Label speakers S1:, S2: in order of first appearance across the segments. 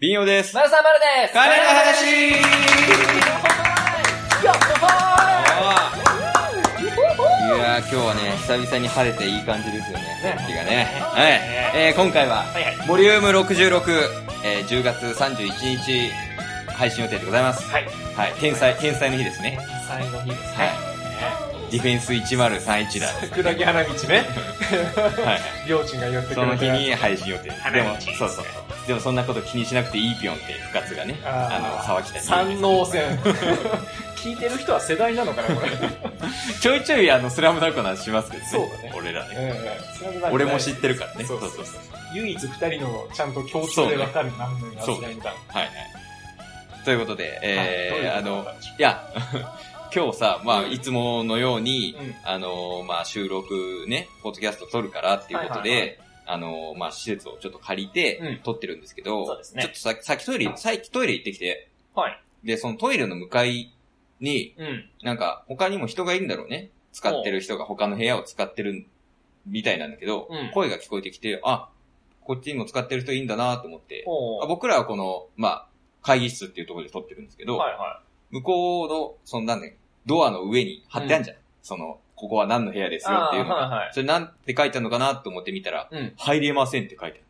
S1: ビンヨです。
S2: 丸さん丸です
S1: 金の話
S2: よっほー
S1: いやー今日はね、久々に晴れていい感じですよね、天気がね。はい。
S2: ね
S1: えー、今回は、
S2: はいはい
S1: ボリューム66、えー、10月31日、配信予定でございます。
S2: はい
S1: はい。天才、天才の日ですね。
S2: 最後にです
S1: はい。ディフェンス1031だ。
S2: 桜木花道ね
S1: はい。
S2: りょうちんが言ってくれ
S1: そ
S2: た
S1: の日に配信予定。で
S2: 花
S1: も、
S2: 道
S1: そうそうそう。でもそんなこと気にしなくていいぴょんって、深津がね、あの、沢北に言うんですけど
S2: 三能線聞いてる人は世代なのかなこれ
S1: ちょいちょいあの、スラムダンクの話しますけどね。
S2: そうだね
S1: 俺らね。
S2: うんうん
S1: 俺も知ってるからね。
S2: そうそうそう唯一二人のちゃんと共通でわかる何年が
S1: そう
S2: 世
S1: ね
S2: 代だ
S1: はいはい。ということで、えー、
S2: は
S1: あ
S2: いどういう
S1: の
S2: ことなんでしょ、
S1: いや、 今日さ、まあ、
S2: うん
S1: いつものように、
S2: うん
S1: あの、まあ、収録ね、ポッドキャスト撮るからっていうことで、
S2: はいはいは
S1: あの、まあ、施設をちょっと借り
S2: う
S1: て
S2: ん、
S1: 撮ってるんですけど、
S2: そうですね
S1: ちょっとささっきトイレ、さっきトイレ行ってきて、
S2: はい
S1: で、そのトイレの向かいに、
S2: うん
S1: なんか、他にも人がいるんだろうね。使ってる人が他の部屋を使ってるみたいなんだけど、
S2: うん
S1: 声が聞こえてきて、あ、こっちにも使ってる人いいんだなと思って、
S2: お
S1: あ僕らはこの、まあ、会議室っていうところで撮ってるんですけど、
S2: はいは
S1: 向こうの、そのなんだよドアの上に貼ってあるじゃん。その、ここは何の部屋で
S2: い
S1: すよっていうのが。
S2: あーはいはい
S1: それなんて書いてあるのかなと思って見たら、
S2: うん
S1: 入れませんって書いてある。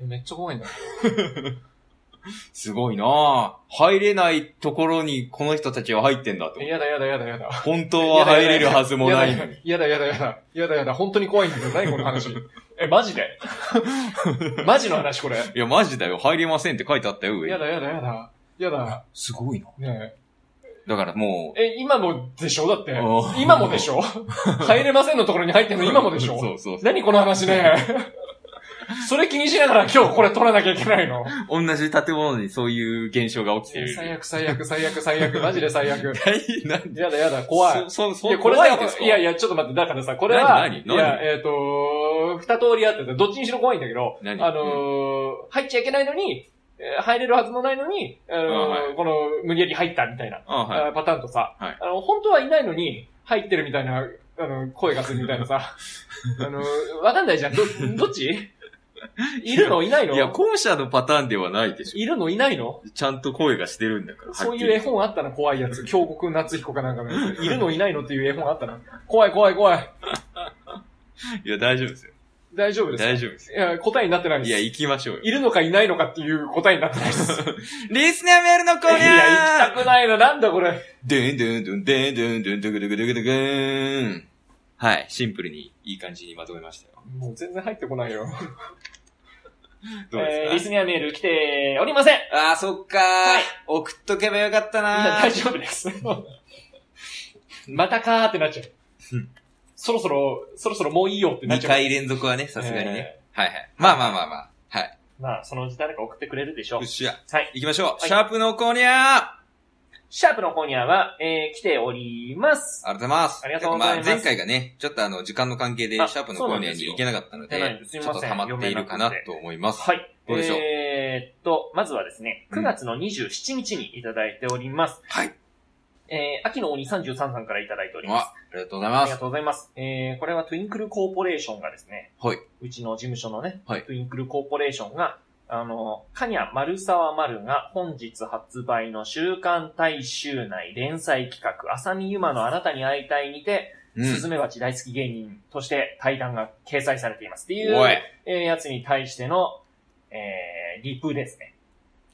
S2: えめっちゃ怖いんだ
S1: すごいなぁ。入れないところにこの人たちは入ってんだと思って。
S2: やだやだやだやだ
S1: 本当は入れるはずもないのに。
S2: やだやだやだ。やだやだ。本当に怖いんだけど、何この話。え、マジで マジの話これ。
S1: いや、マジだよ。入れませんって書いてあったよ、上
S2: や
S1: に。
S2: だやだやだ。やだ。
S1: すごいな。
S2: ね
S1: だからもう、
S2: え、え今もでしょだって
S1: お。ー
S2: 今もでし ょ入れませんのところに入ってんの今もで し
S1: そ
S2: ょ
S1: うそうそう。
S2: 何この話 ね。それ気にしながら今日これ取らなきゃいけないの。
S1: 同じ建物にそういう現象が起きてる。
S2: 最悪最悪最悪最悪。マジで最悪。
S1: 大変な
S2: やだやだ。怖い。
S1: そう、そう、
S2: い
S1: そう
S2: や、これ
S1: 怖い
S2: だよ
S1: ですか
S2: いやいや、ちょっと待って、だからさ、これは、
S1: 何何
S2: い
S1: 何
S2: や、えっ、と、二通りあってさ、どっちにしろ怖いんだけど、
S1: 何
S2: あのー入っちゃいけないのに、えー入れるはずもないのに、あのー
S1: あは
S2: この、無理やり入ったみたいな、
S1: あはい。
S2: あパターンとさ、
S1: はい
S2: あの、本当はいないのに、入ってるみたいな、あの、声がするみたいな さ、あのーわかんないじゃん。ど、どっちいるのいないの
S1: いや、後者のパターンではないでし
S2: いるのいないの
S1: ょ。ちゃんと声がしてるんだから。
S2: そういう絵
S1: はっ
S2: 本あったな、怖いやつ。京極夏彦かなんかのやつ。いるのいないのっていう絵本あったな。怖い怖い怖い。
S1: きり。いや、大丈夫ですよ。
S2: 大丈夫です。
S1: 大丈夫です
S2: いや、答えになってないで
S1: よ。
S2: す。
S1: いや、行きましょうよ。
S2: いるのかいないのかっていう答えになってないです。 い
S1: リスナーメールのコーナー
S2: や、行きたくないな。なんだこれ。
S1: でんでんでんでんでんでんでんでんでんでんでん。はい、シンプルにいい感じにまとめましたよ。
S2: もう全然入ってこないよ。
S1: どうですか
S2: ナーメール来ておりません。い
S1: あー、そっかー
S2: はい。
S1: 送っとけばよかった
S2: や、
S1: な
S2: 大
S1: ー。
S2: 丈夫です。 またかーってなっちゃう
S1: うん。
S2: そろそろ、そろそろもういいよってなっ
S1: 2
S2: ちゃう。
S1: 回連続はね、さすがにね
S2: え。
S1: はいはい。まあまあまあまあ。はい。
S2: ー。まあ、そのうち誰か送ってくれるでしょ
S1: よっしゃ。
S2: はい。
S1: 行きましょう。
S2: はい
S1: シャープのコーニャー
S2: シャープのコーニャーは、えー、来ております。
S1: ありがとうございます。
S2: ありがとうございます
S1: ちょっとあ前回がね、ちょっとあの、時間の関係で、シ
S2: あ
S1: ャープのコーナーに行けなかったので、
S2: そうなんです
S1: ち
S2: よ
S1: ょっと溜まっているかなと思います。
S2: はい。
S1: どうでしょう
S2: えーっと、まずはですね、
S1: うん
S2: 9月の27日にいただいております。
S1: はい。
S2: えー、秋の鬼33さんからいただいております。
S1: あ、ありがとうござい
S2: あ
S1: ま
S2: りが
S1: す。
S2: とうございます。えー、これはトゥインクルコーポレーションがですね、
S1: はい。
S2: うちの事務所のね、
S1: はい
S2: トゥインクルコーポレーションが、あの、カニャ丸沢丸が本日発売の週刊大衆内連載企画、浅見ゆまのあなたに会いたいにて、
S1: う
S2: ス
S1: ん。
S2: ズメバチ大好き芸人として対談が掲載されていますっていう、
S1: おい。
S2: えーやつに対しての、えー、リプですね。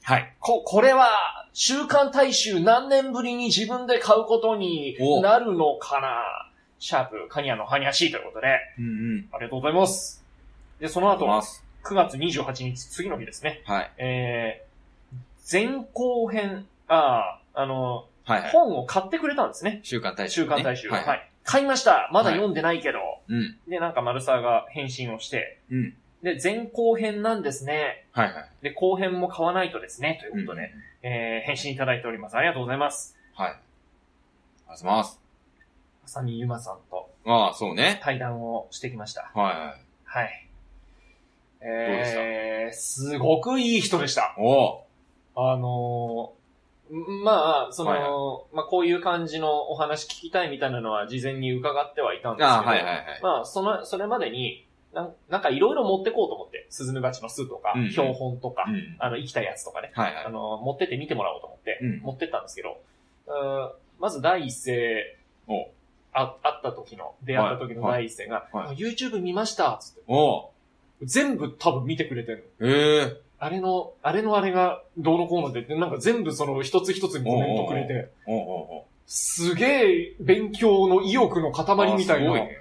S1: はい。
S2: こ、これは、週刊大衆何年ぶりに自分で買うことに
S1: お
S2: なるのかなシャープ、カニアのハニャシーということで、
S1: うんうん。
S2: ありがとうございます。で、その
S1: ありがとう
S2: 後
S1: ござい、ます。
S2: 9月28日、次の日ですね。
S1: はい。
S2: えー、前後編、ああ、あの、
S1: はいはい。
S2: 本を買ってくれたんですね。
S1: 週刊大衆、
S2: 週
S1: ね。
S2: 刊大衆。
S1: は。
S2: はいい、
S1: はい、
S2: 買いましたまだ読んでないけど、
S1: うん。
S2: で、なんか丸沢が返信をして、
S1: うん。
S2: で、前後編なんですね。
S1: はいはい。
S2: で、後編も買わないとですね、ということで、
S1: ね。
S2: えー、返信いただいております。ありがとうございます。
S1: はい。ありがとうございます。
S2: 浅見ゆまさんと
S1: ああ、そうね。
S2: 対談をしてきました。
S1: はいはい。
S2: はい。
S1: うでした
S2: えー、すごくいい人でした。
S1: お
S2: あのーんまあ、その、
S1: はい
S2: まあ、こういう感じのお話聞きたいみたいなのは事前に伺ってはいたん
S1: ー
S2: ですけど、
S1: ああ、はいはいはい。
S2: まあ、その、それまでに、なんなんかいろいろ持ってこうと思って、スズメバチの巣とか
S1: うんう、ん
S2: 標本とか、
S1: うん。
S2: あの、生きたやつとかね、
S1: はい
S2: あ
S1: は
S2: の、持ってって見てもらおうと思って
S1: うん、
S2: 持ってったんですけど、うーんまず第一声、
S1: お
S2: あ、会った時の、出会った時の
S1: は
S2: 第一声が、
S1: は
S2: YouTube 見ましたつって。
S1: い。おう
S2: 全部多分見てくれてるの。
S1: ええ
S2: あれの、あれのあれが、どうのこうのでって、なんか全部その一つ一つにコメントくれて、
S1: おうおうおう
S2: すげえ勉強の意欲の塊みたい
S1: あすごい
S2: な。
S1: ね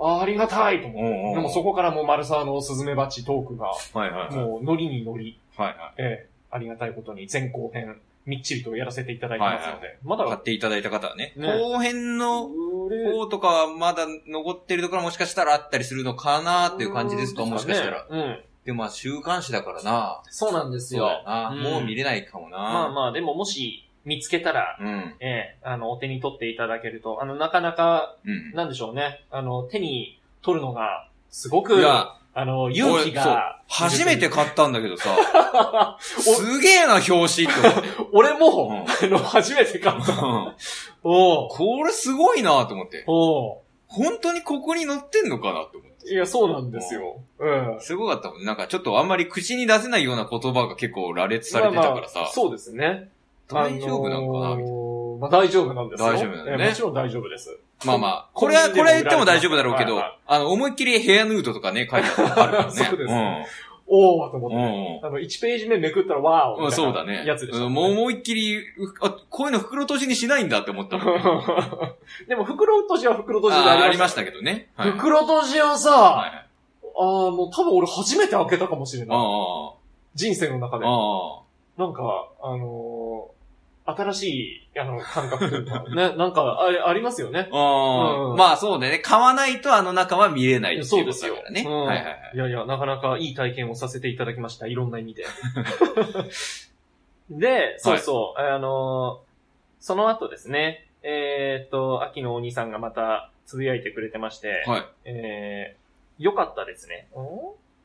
S2: あありがたいと思って。
S1: おうおうおう
S2: でもそこからもう丸沢のスズメバチトークが、
S1: はいはいはい。
S2: もうノリにノリ、
S1: はいは
S2: ええ、ありがたいことに前後編、みっちりとやらせていただいてますので、ま
S1: い。買
S2: だ、
S1: っていただいた方はね。
S2: ね
S1: 後編の
S2: こ
S1: 方とかはまだ残ってるところはもしかしたらあったりするのかなっていう感じですか、もしかしたら。。
S2: うん。
S1: でもまあ週刊誌だからな。
S2: そうなんです
S1: そうだ
S2: よ。
S1: な。
S2: うん
S1: もう見れないかもな。
S2: まあまあ、でももし見つけたら、
S1: うん。
S2: ええ、あの、お手に取っていただけると、あの、なかなか、
S1: うん。
S2: なんでしょうね、あの、手に取るのが、す
S1: い
S2: ごく、
S1: や
S2: あの、勇気
S1: 俺
S2: が、
S1: そう初めて買ったんだけどさ、
S2: お
S1: すげえな、表紙って思って
S2: 俺も、
S1: うん
S2: あの、初めて買った。
S1: うん
S2: おう
S1: これすごいなと思って。
S2: おう
S1: 本当にここに載ってんのかなって思って。
S2: いや、そうなんですよ。うん。
S1: すごかったもんね。なんかちょっとあんまり口に出せないような言葉が結構羅列されてたからさ。
S2: まあまあそうですね。
S1: 大丈夫なんかな
S2: あの
S1: みたい
S2: ーまあ大丈夫なんですよ。
S1: 大丈夫なんだね
S2: ええもちろん大丈夫です。
S1: なまあまあ、
S2: こ
S1: こ
S2: れ
S1: れは、これは言っても大丈夫だろうけど、
S2: はいは
S1: あの、思いっきりヘアヌードとかね、書いてあるからね。
S2: そうですおおと思っ
S1: う
S2: て。
S1: ん。うん
S2: あの、1ページ目めくったら、わー
S1: う
S2: お
S1: ん。そうだね。
S2: やつでした、
S1: うんもう思いっきり、うあ、こういうの袋閉じにしないんだって思 ったもん。
S2: でも、袋落としは袋落としで。
S1: あありましたたけどね。はい。
S2: 袋落としをさ、
S1: はいはい。
S2: ああ、もう多分俺初めて開けたかもしれ
S1: あ
S2: ない。
S1: あ。
S2: 人生の中で。
S1: ああ。
S2: なんか、あのー新しい、あの、感覚というか、ね、なんか、あれ、ありますよね。う
S1: うんん。まあそうだよね。買わないとあの中は見れないって
S2: そ
S1: いうう
S2: で
S1: こと
S2: す
S1: だ
S2: よ
S1: から。ね。
S2: うん
S1: はいはいはい。
S2: いやいや、なかなかいい体験をさせていただきました。いろんな意味で。で、そうそう、あのーその後ですね、えーっと、秋のお兄さんがまたつぶやいてくれてまして、
S1: はい。
S2: えー、よかったですね。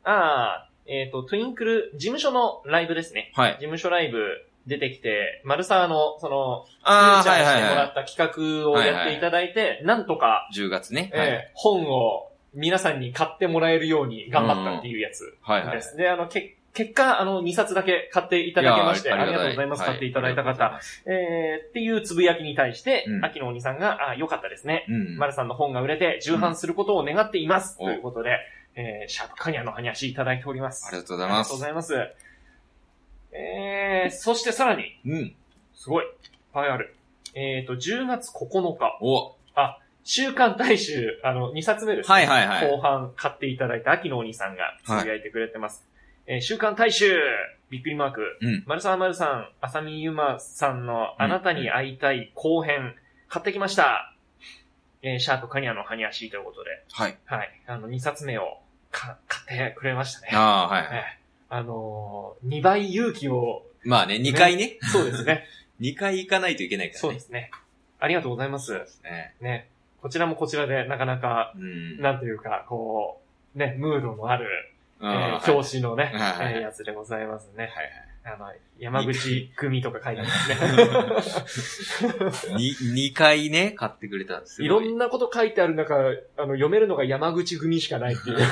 S2: ああ、えーっと、トゥインクル、事務所のライブですね。
S1: は
S2: 事
S1: い。
S2: 務所ライブ出てきて、マルサーの、その、フュ
S1: あ
S2: ーチ
S1: あ、
S2: ャー
S1: はいは
S2: しても
S1: い
S2: ら
S1: は
S2: った企画をやっていただいて、なんとか、
S1: い。10月ね。はい
S2: えー本を皆さんに買ってもらえるように頑張ったっていうやつ。
S1: はいは
S2: で
S1: い。
S2: す。で、あの、け、結果、あの、2冊だけ買っていただけまして、ありがとうございます。買っていただいた方、。えー、っていうつぶやきに対して、
S1: うん
S2: 秋のお兄さんが、あ、良かったですね。
S1: うん。
S2: 丸さんの本が売れて、重版することを願っています。
S1: うん
S2: ということで、えー、シャープカニャの話いただいております。
S1: ありがとうございます
S2: ありがとうございます。えー、そしてさらに、
S1: うん。
S2: すごい、いっぱいある。えーと、10月9日、
S1: お。
S2: 週刊大衆、あの、2冊目ですね、
S1: はいはいはい。
S2: 後半買っていただいた秋のお兄さんがつぶやいてくれてます。えー週刊大衆びっくりマーク。
S1: うん
S2: 丸沢丸さん、浅見ゆまさんのあなたに会いたい後編、買ってきました。えーシャープカニアのハニアシーということで。
S1: はい。
S2: はい。あの、2冊目をか買ってくれましたね。あ
S1: ああ、はいはい。
S2: のー、2倍勇気を、
S1: まあね、2回ね。
S2: そうですね。
S1: 2回行かないといけないからね。
S2: そうですね。ありがとうございます。
S1: ね。
S2: ね。こちらもこちらでなかなか、
S1: うん。
S2: なんていうか、こう、ね、ムードのある、
S1: うん
S2: え
S1: はい
S2: ー表紙のね、
S1: はいはい
S2: えーやつでございますね。
S1: は
S2: あの、山口組とか書いてありますね。
S1: いはい。2回ね、買ってくれたん です
S2: い
S1: ご
S2: ろんなこと書いてある中、あの、読めるのが山口組しかないってい う。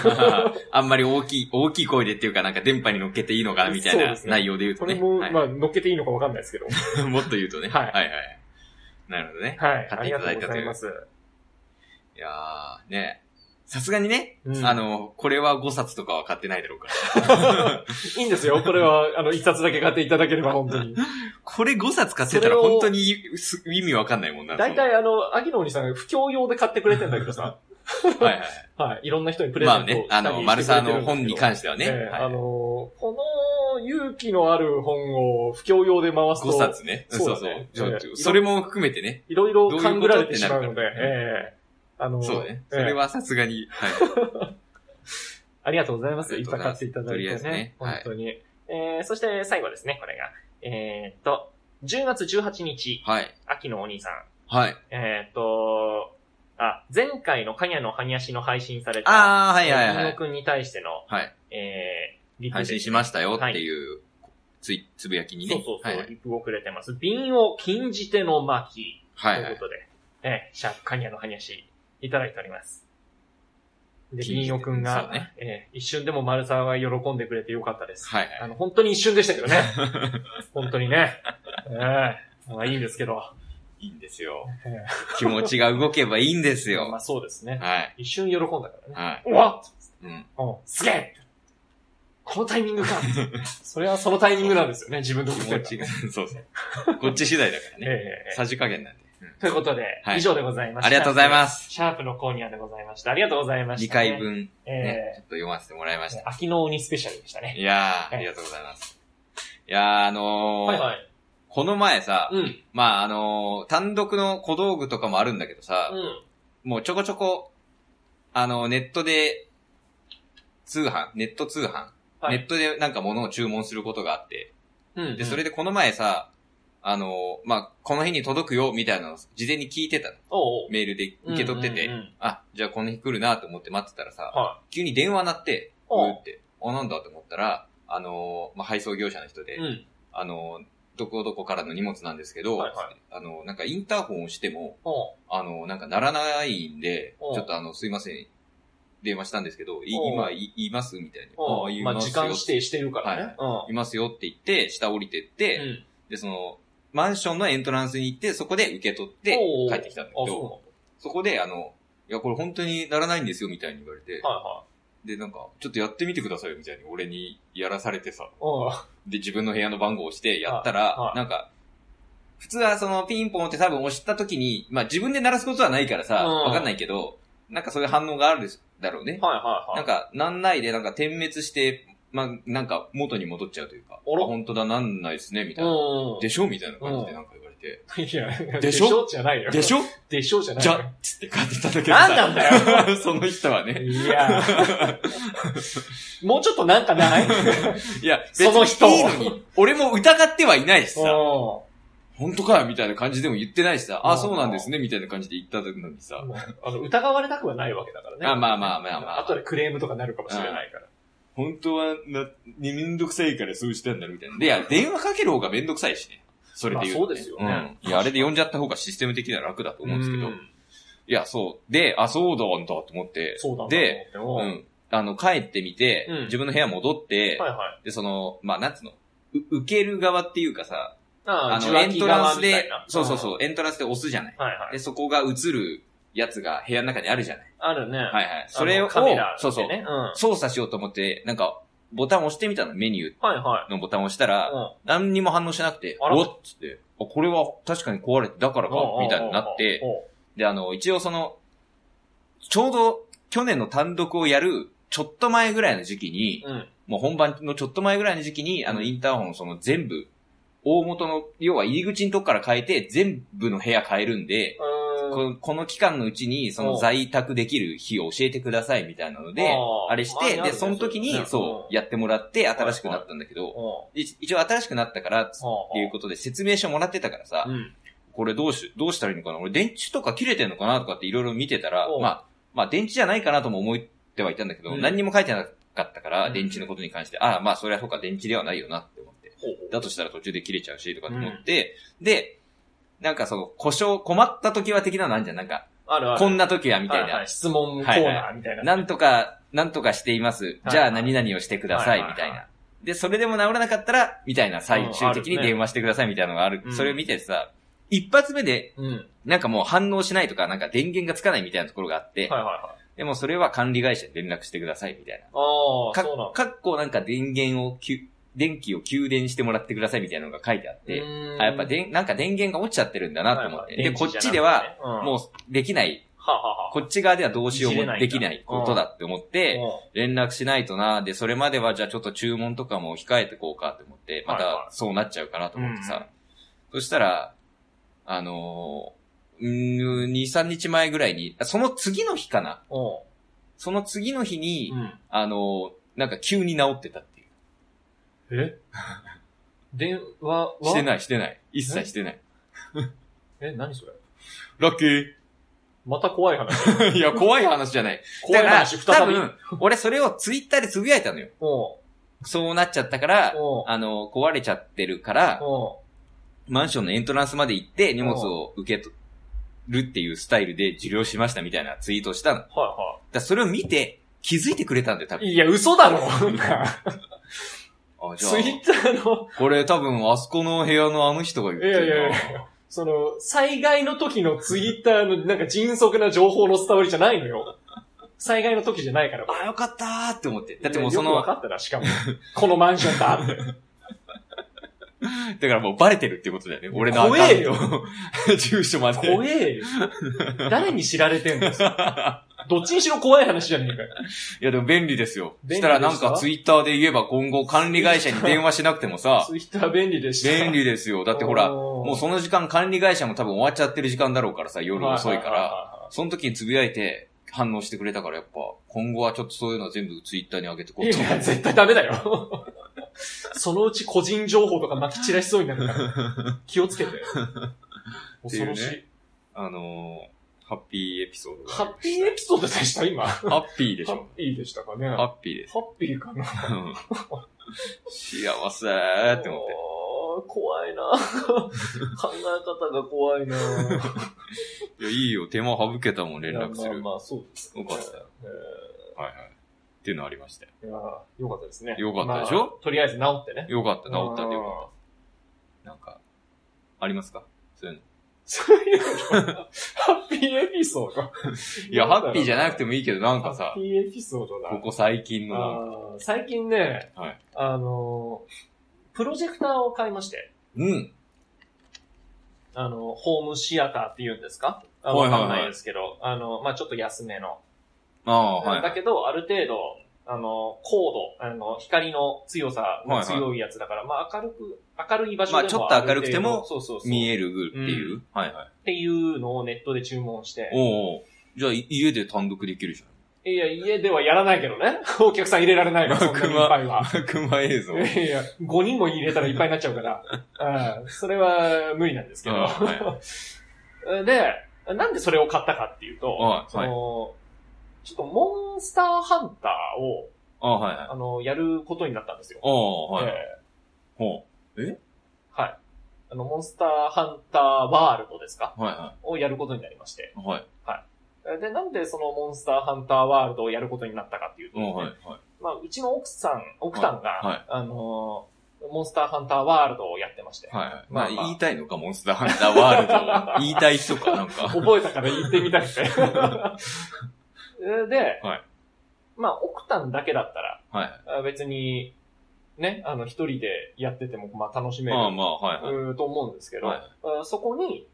S1: あんまり大きい、大きい声でっていうか、なんか電波に乗っけていいのかみたい
S2: そうで
S1: な
S2: すね
S1: 内容で言う
S2: ことれ
S1: ね。
S2: も、
S1: はい
S2: まあ、乗っけていいのかわかんないですけど。
S1: もっと言うとね。
S2: は
S1: はいいはいはい。なるほどね。
S2: はい。あ
S1: 買って
S2: り
S1: いた
S2: がと
S1: だ
S2: う
S1: い
S2: ご
S1: た
S2: ざ
S1: と
S2: い
S1: いう
S2: ます。
S1: いやー、ね。さすがにね、
S2: うん
S1: あの、これは5冊とかは買ってないだろうから。
S2: いいんですよ。これは、あの、一冊だけ買っていただければ、本当 に。
S1: これ5冊買ってた
S2: それ
S1: ら
S2: を
S1: 本当にす意味わかんないもんな。
S2: 大体、あの、秋野鬼さんが不況用で買ってくれてんだけ どさ。
S1: そのはいは
S2: はい。いろんな人にプ
S1: い。
S2: レゼン
S1: ま
S2: ト
S1: あ
S2: をしたりし
S1: ね
S2: て、
S1: あの、丸沢の本に
S2: 関
S1: 関してはね、
S2: ええ
S1: はい
S2: あの、この勇気のある本を不況用で回すと。
S1: 5冊ね。
S2: そ
S1: そうう
S2: だね
S1: そう
S2: ええ
S1: ちょそれも含めてね。
S2: いろいろ
S1: どういうこと
S2: 勘ぐられてしまうの
S1: っ
S2: で、
S1: てなるから
S2: ええあの、
S1: そうね。
S2: え
S1: そ
S2: え
S1: れはさすがに。はい。
S2: ありがとうございます。
S1: あ
S2: い
S1: り
S2: っ
S1: がとご
S2: ぱいう買
S1: ざい
S2: っ
S1: ます
S2: ていただい
S1: とりあ
S2: て
S1: えず
S2: ね
S1: ね。
S2: 本当に。えー、そして最後ですね、これが。えーっと、10月18日、
S1: はい。
S2: 秋のお兄さん。
S1: はい。
S2: えーっと、あ、前回のカニャのハニヤシの配信された、
S1: あー、はいはい
S2: 飯
S1: は
S2: 尾
S1: い。
S2: くんに対しての、
S1: はい。
S2: えー、リプ
S1: 配信しましたよっていう、つい、つぶやきにね。
S2: そうそうそう、
S1: はいはい
S2: リプをくれてます。瓶を禁じ手の巻
S1: は
S2: と。
S1: いはいいう
S2: ことで、えー、シャープカニャの話、いただいております。で、ビーニョ君
S1: そ
S2: が
S1: う、ね
S2: えー一瞬でも丸沢が喜んでくれてよかったです。
S1: はいは
S2: あ
S1: い。
S2: の、本当に一瞬でしたけ どね。本当にね。ええまあいいんですけど。
S1: いいんですよ。
S2: え
S1: 気持ちが動けばいいんです
S2: え ま
S1: よ。
S2: あそうですね。
S1: はい。
S2: 一瞬喜んだからね。
S1: はい。
S2: うわっ
S1: うん。
S2: うんすげえこのタイミン グかそれはそのタイミングなんですよね、自分の
S1: 気持ちが、 そうそう。こっち次第だから
S2: え
S1: ね。
S2: え
S1: さじ加減なんで。うん
S2: ということで、
S1: はい
S2: 以上でございました。。
S1: ありがとうございますす。
S2: シャープのコーニャでございました。ありがとうございまし
S1: 2
S2: た、ね。
S1: 回。分、ね、ちょ
S2: え
S1: っと読ませてもらいまし
S2: え
S1: た。
S2: 秋の鬼スペシャルでし たね。
S1: いやー、ありがとうございます。いやー、あのー、
S2: い。
S1: この前さ、
S2: うん。
S1: まあ、あのー、単独の小道具とかもあるんだけどさ、
S2: うん。
S1: もうちょこちょこ、あの、ネットで、通販、ネット通販、
S2: はい
S1: ネットでなんか物を注文することがあって、
S2: うん。
S1: で、それ
S2: で、
S1: でこの前さ、あの、まあ、この日に届くよ、みたいなのを事前に聞いてたの。
S2: おうおう
S1: メールで受け取ってて、
S2: うんうんうん
S1: あ、じゃあこの日来るなと思って待ってたらさ、
S2: は
S1: 急に電話鳴って、う
S2: おう
S1: ーって、あ、なんだと思ったら、あの、まあ、配送業者の人で、
S2: うん。
S1: あの、どこどこからの荷物なんですけど、
S2: はいは
S1: あの、なんかインターホンをしても、
S2: おう
S1: あの、なんか鳴らないんで、
S2: うん
S1: ちょっとあの、すいません、電話したんですけど、い
S2: うん
S1: 今い、いますみたいに。
S2: おう
S1: あい
S2: まあ、
S1: ます
S2: 時
S1: よ
S2: 間指定してるからね。
S1: いますよって言って、下降りてって、
S2: うん。うん。
S1: で、その、マンションのエントランスに行って、そこで受け取って
S2: おうおう
S1: 帰ってきたんだけ
S2: あ、
S1: ど、
S2: そ
S1: そこで、あの、いや、これ本当にならないんですよ、みたいに言われて
S2: うなの、は
S1: で、なんか、ちょっとやってみてくださいよ、みたいに俺にやらされてさ、
S2: いはい。
S1: で、自分の部屋の番号を押してやった
S2: は
S1: ら
S2: いは、い
S1: なんか、普通はそのピンポンって多分押した時に、まあ自分で鳴らすことはないからさ、
S2: うん
S1: わかんないけど、なんかそういう反応があるでしだろうね
S2: うん。。はいはいは
S1: ないん。か、なんないで、なんか点滅して、まあ、なんか元に戻っちゃうというか、あ、
S2: あら
S1: 本当だ、なんないですね、みたいな。
S2: うん。
S1: でしょみたいな感じ
S2: う
S1: で
S2: ん
S1: なんか言われて。
S2: いや、
S1: でしょ
S2: じゃないよ。
S1: でしょ
S2: でしょじゃない
S1: じ
S2: よ。
S1: ゃっつって帰ってたんだけど
S2: なんなんだ
S1: よ その人はね。
S2: いや。 もうちょっとなん かない
S1: いや、
S2: その人を
S1: 別にいいのに俺も疑ってはいないしさ、
S2: お
S1: 本当かよみたいな感じでも言ってないしさ、あ、
S2: うん
S1: そうなんですねみたいな感じで言ったのにさ
S2: う、もうあの、疑われたくはないわけだからね。
S1: あまあまあまあまあ
S2: 後でクレームとかなるかもしれないから。
S1: 本当はな、めんどくさいからそうしたんだろみたいな。で、いや、電話かける方がめんどくさいしね。それで言うと、
S2: まあそうですよね
S1: うんいや、あれで呼んじゃった方がシステム的には楽だと思うんですけど、
S2: う
S1: いや、そう。で、あ、そうだんだと思って、
S2: そうだ
S1: で、
S2: なと
S1: う
S2: 思って、
S1: ん。あの、帰ってみて、
S2: うん
S1: 自分の部屋戻って、
S2: うんはいはい。
S1: で、その、まあ、なんつうの、う受ける側っていうかさ、あ
S2: あの、
S1: の、エントランス
S2: 受話器側みた
S1: で
S2: いな、
S1: そうそうそう、エントランスで押すじゃない。
S2: うん。はいは
S1: で、
S2: い。
S1: そこが映るやつが部屋の中にあるじゃない。
S2: あるね。
S1: はいはい。それ
S2: あ
S1: を、
S2: のカメラ、
S1: そうそう、
S2: ね。うん。は
S1: 操作しようと思って、なんか、ボタン押してみたの、メニュ
S2: いは
S1: ーのボタンを押したら、
S2: い。うん。
S1: 何にも反応しなくて、
S2: あら
S1: おっつって、あこれは確かに壊れて、だからか
S2: おうおうおうおう、
S1: みたいになって、
S2: おう
S1: で、あの、一応その、ちょうど去年の単独をやる、ちょっと前ぐらいの時期に、
S2: うん。
S1: もう本番のちょっと前ぐらいの時期に、あの、インターホン、その全部、大元の、要は入り口のとこから変えて、全部の部屋変えるんで、こ
S2: うーん
S1: のこの期間のうちに、その在宅できる日を教えてください、みたいなので、
S2: あー
S1: あれし
S2: 前に
S1: て、
S2: ある
S1: で、
S2: ね
S1: その時
S2: れね
S1: に、そう、
S2: ん
S1: やってもらって、新しくなったんだけど、
S2: おう
S1: い一応新しくなったから、つ
S2: おう
S1: っていうことで説明書もらってたからさ
S2: う、ん。
S1: これどうし、どうしたらいいのかな俺電池とか切れてんのかなとかっていろいろ見てたら
S2: お、う
S1: まあ、まあ電池じゃないかなとも思ってはいたんだけど、
S2: うん
S1: 何にも書いてなかったから、
S2: うん
S1: 電池のことに関して、ああ、まあそれはそうか、電池ではないよなって思って。
S2: ほうほう
S1: だとしたら途中で切れちゃうし、とかって思って、で、なんかその、故障、困った時は的なのあんじゃん。なんか、
S2: あるある。
S1: こんな時はみたい
S2: はは
S1: な。
S2: 質問コーナーみたいな。
S1: なんとか、なんとかしています。
S2: はい
S1: じゃあ何々をしてください、
S2: はい
S1: みたい
S2: はい
S1: な。で、それでも治らなかったら、みたいな、最終的
S2: うん
S1: に
S2: あるね
S1: 電話してください、みたいなのがある
S2: う。ん
S1: それを見てさ、一発目で
S2: うん。はい
S1: なんかもう反応しないとか、なんか電源がつかないみたいなところがあって、
S2: はいはい。
S1: でもそれは管理会社に連絡してくださいみたいな。
S2: ああ、
S1: か
S2: そうなんだ。
S1: かっこなんか電源をきゅ、電気を給電してもらってくださいみたいなのが書いてあって、
S2: うーん
S1: あ、やっぱで、なんか電源が落ちちゃってるんだなと思って。
S2: はいは
S1: で、
S2: い
S1: こっちでは、、も
S2: う、
S1: うできない、
S2: はあはあはあ
S1: こっち側ではどうしよう
S2: いじれな
S1: も
S2: いんだ
S1: できないことだって思って、連絡しないとな、で、それまではじゃあちょっと注文とかも控えてこうかって思って、ま
S2: はいは
S1: たそうなっちゃうかなと思って
S2: うん
S1: さ、そしたら、あのー、うーん、2、3日前ぐらいに、あその次の日かな
S2: うんうん
S1: その次の日に、
S2: うん。
S1: あのー、なんか急に治ってたっていう。
S2: え電話は
S1: して
S2: い。
S1: ない、してない。一切してない。
S2: え、何それ
S1: ラッキー。
S2: また怖い話。
S1: いや、怖い話じゃ ない。
S2: 怖い話、
S1: だから
S2: 再び。
S1: 多分、俺それをツイッターでつぶやいたのよ。
S2: お
S1: そうなっちゃったから、
S2: お
S1: あのー、壊れちゃってるから、
S2: お
S1: マンションのエントランスまで行って荷物を受け取るっていうスタイルで受領しましたみたいなツイートをしたの。だか
S2: はいは
S1: らそれを見て、気づいてくれたんだよ、多分。
S2: いや、嘘 だろツ
S1: あ、じゃあ
S2: イ、ッターの、
S1: これ多分、あそこの部屋のあの人が言って
S2: いやいや
S1: る
S2: い
S1: な。
S2: その、災害の時のツイッターのなんか迅速な情報の伝わりじゃないのよ。災害の時じゃないから。
S1: あ、よかったーって思って。だってもうそ
S2: いやよ
S1: の
S2: く、分かったな、しかも。このマンションだって。
S1: だからもうバレてるってことだよね。俺のアカウン
S2: 怖えよ
S1: ト。 住所まで。
S2: 怖えよ。誰に知られてんのどっちにしろ怖い話じゃねえかよ。
S1: いやでも便利ですよ。
S2: 便利で
S1: し
S2: したた
S1: らなんかツイッターで言えば今後管理会社に電話しなくてもさ、
S2: ツイッター 便利でした。
S1: 便利ですよ。だってほら、
S2: も
S1: もうその時間管理会社も多分終わっちゃってる時間だろうからさ、
S2: う
S1: 夜遅いから、
S2: ら。
S1: その時につぶやいて反応してくれたからやっぱ、今後はちょっとそういうのは全部ツイッターに上げてこ
S2: いう
S1: と思
S2: や、
S1: う。
S2: 絶対ダメだよ。そのうち個人情報とか撒き散らしそうになる から。気をつけて。
S1: てい
S2: 恐
S1: うね
S2: ろしい。
S1: あのー、ハッピーエピソードが。
S2: ハッピーエピソードでした、今。ハ
S1: ハッピーでし
S2: ッ
S1: ょ。
S2: ピーでしたかね。
S1: ハ
S2: ハ
S1: ッピーです。
S2: ッピーかな。
S1: うん幸せーって思って。
S2: おー 怖いな考え方が怖いな
S1: いや、いいよ。手間省けたもん、連絡す
S2: いや
S1: る。
S2: まあまあ、そうですね。
S1: よかったよ。はいはい。っていうのありましたよ。
S2: えーいやーよかったですね。
S1: よかったでしょ
S2: まあとりあえず治ってね。
S1: よかった、治ったんでよかっ
S2: かった。
S1: た。なんか、ありますかそういうの。
S2: そういうのハッピーエピソード。
S1: いや、ハッピーじゃなくて
S2: も
S1: もいいけど、なんか
S2: ハッ
S1: さ
S2: ピ、ーエピソードだ。
S1: ここ最近のなんか、
S2: あー最近ね、
S1: はい
S2: あのー、プロジェクターを買いまして、
S1: うん。
S2: あの、ホームシアターって言うんですかあの
S1: はい
S2: わ
S1: はいはい
S2: かんないですけど、あの、まあちょっと安めの。
S1: ああ、はい
S2: だ。けど、ある程度、あの、高度、あの、光の強さの強いやつだから、まあ明るく、明るい場所でも
S1: まあちょっと明るくても
S2: ある程度そうそうそう。
S1: 見
S2: っ
S1: えるっていう。はいはい。
S2: ていうのをネットで注文して、
S1: おうおうじゃあ、い家で単独できるじ
S2: いや、家ではやらないけどね。 お客さん入れられないから、そんなにいっぱい
S1: ゃ
S2: は。
S1: ん。熊映像。
S2: いやいや、5人も入れたらいっぱいになっちゃ うから、うん、それは無理なんですけ
S1: うん
S2: ど。
S1: は
S2: で、なんでそれを買ったかっていうと、
S1: はい
S2: その、ちょっとモンスターハンターを、
S1: ああ、はいはい。あ
S2: あの、やることになったんですよ。
S1: あ、はいはい。
S2: え
S1: ほ
S2: ーはい。あの、モンスターハンターワールドですか
S1: う。はいは
S2: をやることになりまして。
S1: い。はい。
S2: で、なんでそのモンスターハンターワールドをやることになったかっていうと、
S1: うん、はいはい。
S2: まあ、うちの奥さん、奥さんが、
S1: はいはい
S2: あの、モンスターハンターワールドをやってまして。
S1: はいはい。ま
S2: まあ
S1: あ、
S2: まあ
S1: 言いたいのか、モンスターハンターワール ド。言いたい人か、なんか。
S2: 覚えたから言ってみたくて。 で、
S1: はい
S2: まあ、奥ンだけだったら
S1: はい。
S2: あ、別に、ね、あの、一人でやってても、まあ、楽しめる
S1: まあまあ、はいはい。
S2: うんと思うんですけど、
S1: はい
S2: あそこに、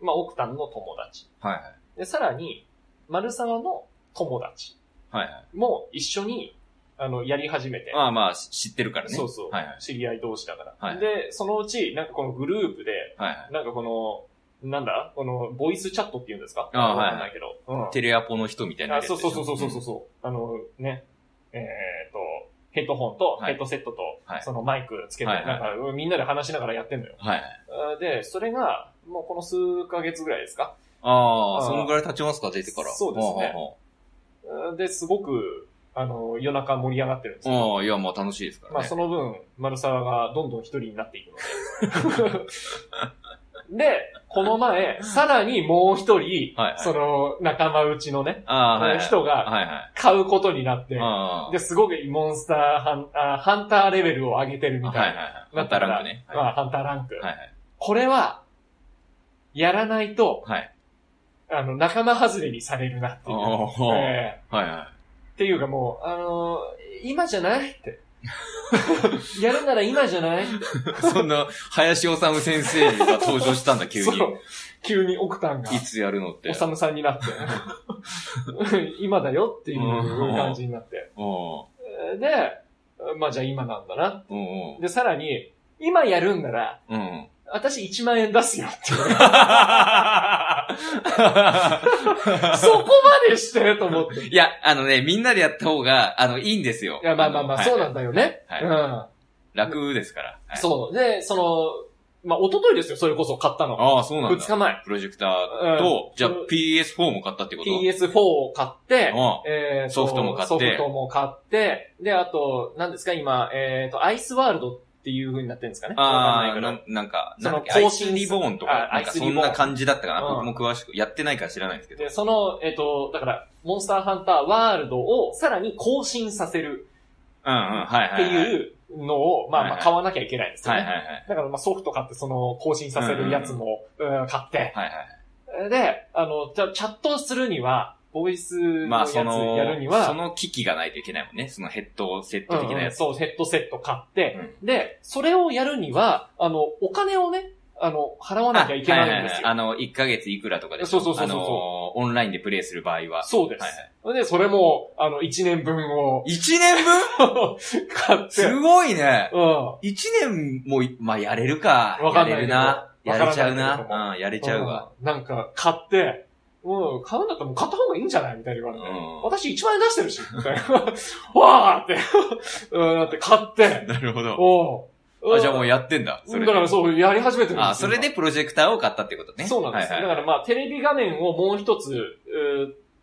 S2: まあ、奥ンの友達、
S1: はい
S2: で、さらに、丸沢の友達
S1: はい。はいはい。
S2: も一緒に、あの、やり始めて、
S1: まあまあ、し知ってるからね。
S2: そうそう、
S1: はいはい。
S2: 知り合い同士だから、
S1: はい
S2: で、そのうち、なんかこのグループで、
S1: はいは
S2: なんかこの、なんだこの、ボイスチャットって言うんですか
S1: ああ
S2: わ
S1: はい
S2: かんないけど。うん
S1: い。テレアポの人みたいな
S2: あ
S1: やつ
S2: そ
S1: で
S2: う
S1: しょ。
S2: そうそうそうそうそうそう、あのね、えっ、と、ヘッドホンと
S1: はい
S2: ヘッドセットと、
S1: はい
S2: そのマイクつけて、
S1: はいはい
S2: なんかうんみんなで話しながらやってんのよ。
S1: うんはいはい。
S2: あで、それが、もうこの数ヶ月ぐらいですか
S1: あ
S2: あー
S1: あ、そのぐらい経ちますか、出てから。
S2: そうですね
S1: ほ
S2: あで、すごく、あの、夜中盛り上がってるんです
S1: う
S2: よ。
S1: ほうほうああ、いや、まあ楽しいですか
S2: ま
S1: ら
S2: あ、
S1: ね
S2: そ。の分、丸沢がどんどん一人になっていくので。 で、この前、さらにもう一人、
S1: はいはい
S2: その、仲間内のね、
S1: ああ、はいはい。
S2: 人が
S1: はいはい。
S2: 買うことになって、
S1: ああ。
S2: で、すごくモンスターハンあハンターレベルを上げてるみ
S1: は
S2: た
S1: い
S2: い
S1: はい
S2: な。
S1: はい。またランクね。はい
S2: まあ、ハンターランク。
S1: はいはい。
S2: これは、やらないと、
S1: はい。
S2: あの、仲間外れにされるなって
S1: お
S2: い
S1: ー
S2: う。
S1: おー
S2: え
S1: はいは
S2: ーっていうかもう、あのー今じゃないって。 やるなら今じゃない
S1: い。そんな、林修先生が登場したんだ、急
S2: そ
S1: に。
S2: う急にオクタンが、
S1: いつやるのって
S2: お。さむさんになって。 今だよっていう感じになって。
S1: お
S2: えーで、まあじゃあ今なんだな。
S1: ーおー
S2: で、さらに、今やるんなら、
S1: うん。うん。
S2: 私1万円出すよって。 そこまでしてと思って。
S1: いや、あのね、みんなでやった方が、あの、いいんですよ。
S2: いや、まあまあまあ、
S1: はい
S2: そうなんだよね。
S1: は
S2: う
S1: い。
S2: ん。
S1: 楽ですから。はい
S2: そう。で、その、まあ、一昨日ですよ、それこそ買ったの。
S1: ああ、そうなん
S2: 2日
S1: だ。
S2: 前。
S1: プロジェクターと、じゃあ PS4 も買ったってこと
S2: PS4 を買って、
S1: あ
S2: えーと
S1: ソフトも買って
S2: ソフトも買って、で、あと、何ですか、今、えっ、と、アイスワールドっっていう風になってるんですかね。わかん
S1: あ
S2: ない
S1: あ、
S2: けど
S1: ななんか、
S2: その
S1: なんだっけ
S2: 更
S1: アイ
S2: 新
S1: スリボーンとか
S2: あ、
S1: なん
S2: アイ
S1: か
S2: ス
S1: そ
S2: リボーン
S1: んな感じだったかな。
S2: うん
S1: 僕も詳しく、やってないから知らないんですけど。
S2: で、その、えっ、と、だから、モンスターハンターワールドをさらに更新させる
S1: うんうん、はい
S2: っ
S1: は
S2: て
S1: い、はい。う。
S2: いうのを、まあま
S1: は
S2: あ
S1: い
S2: 買わなきゃいけないんですよ
S1: はい
S2: ね。
S1: はいはい。
S2: だからまあソフト買ってその更新させるやつも、うん買って。
S1: はいはい。
S2: で、あの、じゃあチャットするには、ボイスの
S1: ま
S2: や
S1: あ、
S2: つ
S1: その、
S2: やるには、
S1: その機器がないといけないもんね。そのヘッドセット的なやつ。
S2: うんうんそう、ヘッドセット買って、で、それをやるには、あの、お金をね、あの、払わなきゃいけないんですよ。
S1: あはいはいはいあの、1ヶ月いくらとかでしょ。
S2: そうそうそうそう
S1: あ
S2: そう
S1: の、オンラインでプレイする場合は。
S2: そうです。
S1: はい
S2: で、それも、あの、1年分 を
S1: 1年分
S2: 買って、
S1: すごいね。
S2: うん。わ
S1: 1年もい、まあ、やれるか。
S2: わかんない
S1: やれ
S2: け
S1: る
S2: ど
S1: な。やれちゃう
S2: わからないけど
S1: な。うん、やれちゃうわ。
S2: なんか、買って、もう、買うんだったらもう買った方がいいんじゃないみたいに言わ
S1: う
S2: れ
S1: ん
S2: て。。私1万円出してるし、みたいな。 わーって、うん、だって買って、
S1: なるほど。
S2: おう
S1: あ、じゃあも
S2: う、
S1: うんやってんだ。それで
S2: だからそう、やり始めてるんですよ
S1: あ、それでプロジェクターを買ったってことね。
S2: そうなんです。
S1: はい
S2: だ
S1: はい
S2: からまあ、テレビ画面をもう一つ、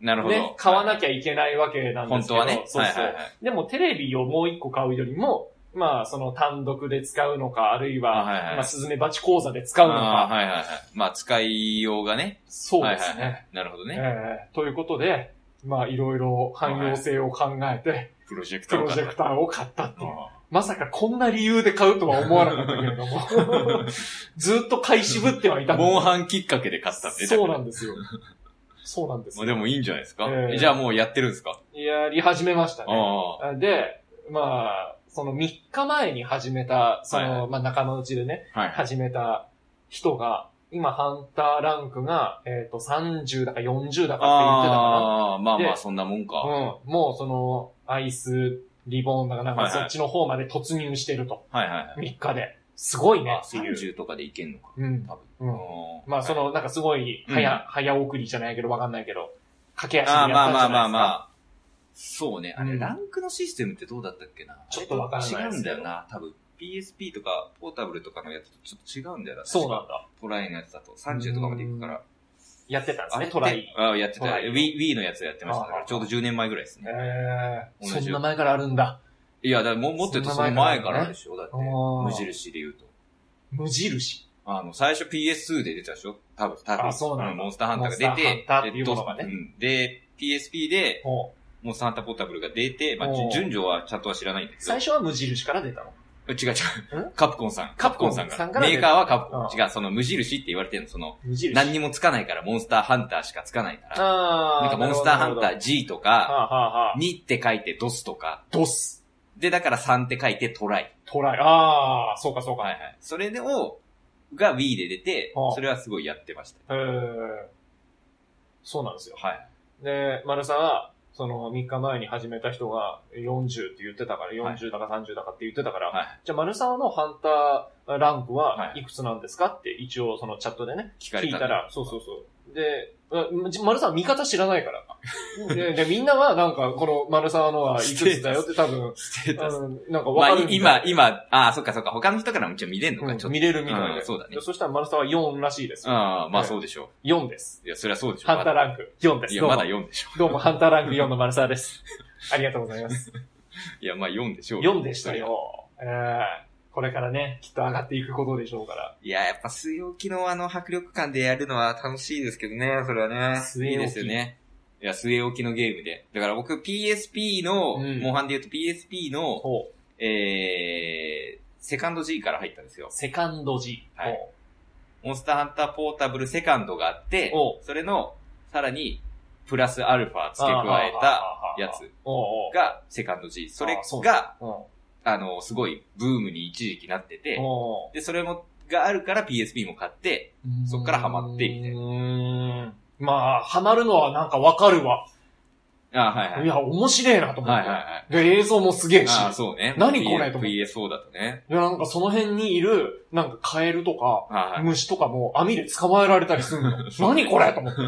S1: な
S2: う
S1: る
S2: ー
S1: ほど。
S2: ね、買わな
S1: ゃ。
S2: きゃいけないわけなんで
S1: 本
S2: す
S1: 当
S2: けど。
S1: はね。
S2: そうそう。
S1: はいはいはい
S2: でも、テレビをもう一個買うよりも、まあ、その単独で使うのか、あるい
S1: あは
S2: は、
S1: いはい
S2: ま
S1: は
S2: あ、
S1: い。
S2: スズメバチ講座で使うの
S1: あ
S2: か。
S1: はいはいはい。まあ、使いようがね。
S2: そうです
S1: はいは
S2: ね。
S1: なるほどね。
S2: えーということで、まあ、いろいろ汎用性を考えて、
S1: プロジェクタ
S2: プ
S1: ーを
S2: ロジ
S1: 買っ
S2: ェクターを買ったって
S1: た
S2: いう。。まさかこんな理由で買うとは思わなかったけれど も、ずっと買い渋ってはい
S1: あ
S2: たん
S1: ー
S2: です
S1: モンハンきっかけで買ったんで。
S2: そ
S1: だ
S2: うな
S1: か
S2: んですよ。そうなんです
S1: らまあ、でもいいんじゃないですか
S2: ええ。
S1: じゃあもうやってるんですか
S2: やり始めましたね。
S1: ああ。
S2: で、まあ、その3日前に始めた、その、
S1: はい
S2: まあ仲間内でね、
S1: はいはい。
S2: 始めた人が、今ハンターランクが、えっ、と、30だか40だかって
S1: ああ、まあま
S2: で
S1: あ、そんなもん
S2: 言って
S1: か。
S2: たかな。うん。もうその、アイス、リボーンだかなん
S1: は
S2: か
S1: いはい
S2: そっちの方まで突入してると。
S1: はいはいはい。
S2: 3日で。すごいね
S1: まあ、
S2: っていう。
S1: 30とかでいけんのか。
S2: うん。
S1: 多
S2: う
S1: 分
S2: ん。。まあその、なんかすごい、
S1: うん
S2: 早、早送りじゃないけど、わかんないけど、駆け足でや
S1: あ
S2: った
S1: ー
S2: んじ
S1: ま
S2: ゃ
S1: あ
S2: ないですか。
S1: まあまあまあ。そうね。あ
S2: う
S1: れ、
S2: ん
S1: ランクのシステムってどうだったっけな。
S2: ちょっとわからない
S1: 違
S2: で
S1: う
S2: す
S1: ん
S2: け
S1: だ
S2: ど
S1: よな。多分 PSP とかポータブルとかのやつとちょっと違うんだよな。
S2: そうなんんだ。
S1: トライのやつだと。30とかまでいくから。
S2: やってたんです
S1: あれ
S2: ね
S1: っ、て
S2: トライ。
S1: ああ、やってた。
S2: トライ
S1: Wii Wii のやつやってました。だか
S2: あ
S1: ら
S2: ー
S1: ちょうど10年前ぐらいですね。
S2: ええ
S1: 同じよ
S2: 前からあるんだ。
S1: いや、だからももっと言うと
S2: そ
S1: そ
S2: んな
S1: の前
S2: 前か
S1: から
S2: ね
S1: らでしょ。だって、
S2: あー
S1: 無印で言うと。
S2: 無印。
S1: あの、最初 PS2 で出たでしょ多分、多分。
S2: あそうなんだ
S1: モンスターハンターが出
S2: モンスターハンターって
S1: て、
S2: いうものがね
S1: えっとうんで、PSP で、
S2: ほう
S1: モンスターハンターポータブルが出て、まあ、
S2: おー
S1: 順順序はちゃんとは知らないんだけど
S2: 最、初は無印から出たの。
S1: 違う違う。カプコンさん。
S2: カプコンさん
S1: カプコ
S2: から
S1: メ
S2: 出る
S1: ーカーはカプコ
S2: あ
S1: ン。違う、その無印って言われてるの。その、
S2: 無印。
S1: 何にもつかないから、モンスターハンターしかつかないから。
S2: あ
S1: なんかモンスターハンタ
S2: ーなる
S1: ー G と
S2: ほど。
S1: か、
S2: はあ、はあはあ、
S1: 2って書いてドスとか、
S2: ドス。
S1: で、だから3って書いてトライ。
S2: トライ。ああ、そうかそうか。
S1: はいはい。それを、が Wii で出て
S2: はあ、
S1: それはすごいやってました。
S2: えーそうなんですよ。
S1: はい。
S2: で、丸さんは、その3日前に始めた人が40って言ってたから、
S1: はい
S2: 40だか30だかって言ってたから、
S1: はい
S2: じゃあ丸沢のハンターランクは
S1: はい
S2: いくつなんですかって一応そのチャットでね、
S1: 聞か
S2: 聞
S1: れ
S2: い
S1: た
S2: た
S1: んで。
S2: ら、そうそうそう。で、うん丸さんは味方知らないから。 で、でみんなはなんか、この丸沢のはいくつ だよって多分、
S1: ステー
S2: あ
S1: タス。
S2: のなんか
S1: ま
S2: わか
S1: あ
S2: る、みた
S1: 今、
S2: い
S1: 今、ああ、そっかそっか。他の人からも一応見れんの
S2: う
S1: か、
S2: ん
S1: ちょっ
S2: 見れるみたい
S1: うん
S2: で。
S1: そうだね
S2: でそしたら丸沢は4らしいです
S1: と。
S2: よ。
S1: ああ、まあそうでしょ
S2: 4です。
S1: う。いや、そりゃそうでしょう。
S2: ハンターランク4で
S1: い
S2: す。
S1: や、
S2: どうも
S1: まだ4でしょ。
S2: どうも、ハンターランク4の丸沢です。ありがとうございます。
S1: いや、まあ4でしょう。
S2: 4でしたよ。えー、これからね、きっと上がっていくことでしょうから。
S1: いや、やっぱ水曜機のあの迫力感でやるのは楽しいですけどね、それはね。
S2: 据え置き
S1: いいですよね。いや、末置きのゲームで。だから僕 PSP の、
S2: うん
S1: モンハンで言うと PSP の、
S2: ほう。
S1: えー、セカンド G から入ったんですよ。
S2: セカンド G。
S1: はい
S2: ほ
S1: モンスターハンターポータブルセカンドがあって
S2: お、
S1: それの、さらに、プラスアルファ
S2: う。
S1: 付け加えた
S2: あー
S1: や。つ
S2: おう
S1: がセカンド G。それ
S2: あそう
S1: が、
S2: おう。うん
S1: あの、すごいブームに一時期なってて、
S2: おう
S1: で、それも、があるから PSP も買って、そっからハマってみたいな
S2: うーん。まあ、ハマるのはなんかわかるわ。
S1: あはいはい
S2: い。や、面白いなと思
S1: は
S2: っ
S1: い
S2: て。
S1: はいはい。
S2: で、映像もすげえし。
S1: ああ、そうね。
S2: 何これと思って
S1: ?PSO だとね。
S2: で、なんかその辺にいる、なんかカエルとか、
S1: はいはい。
S2: 虫とかも網で捕まえられたり するの。何これと思って。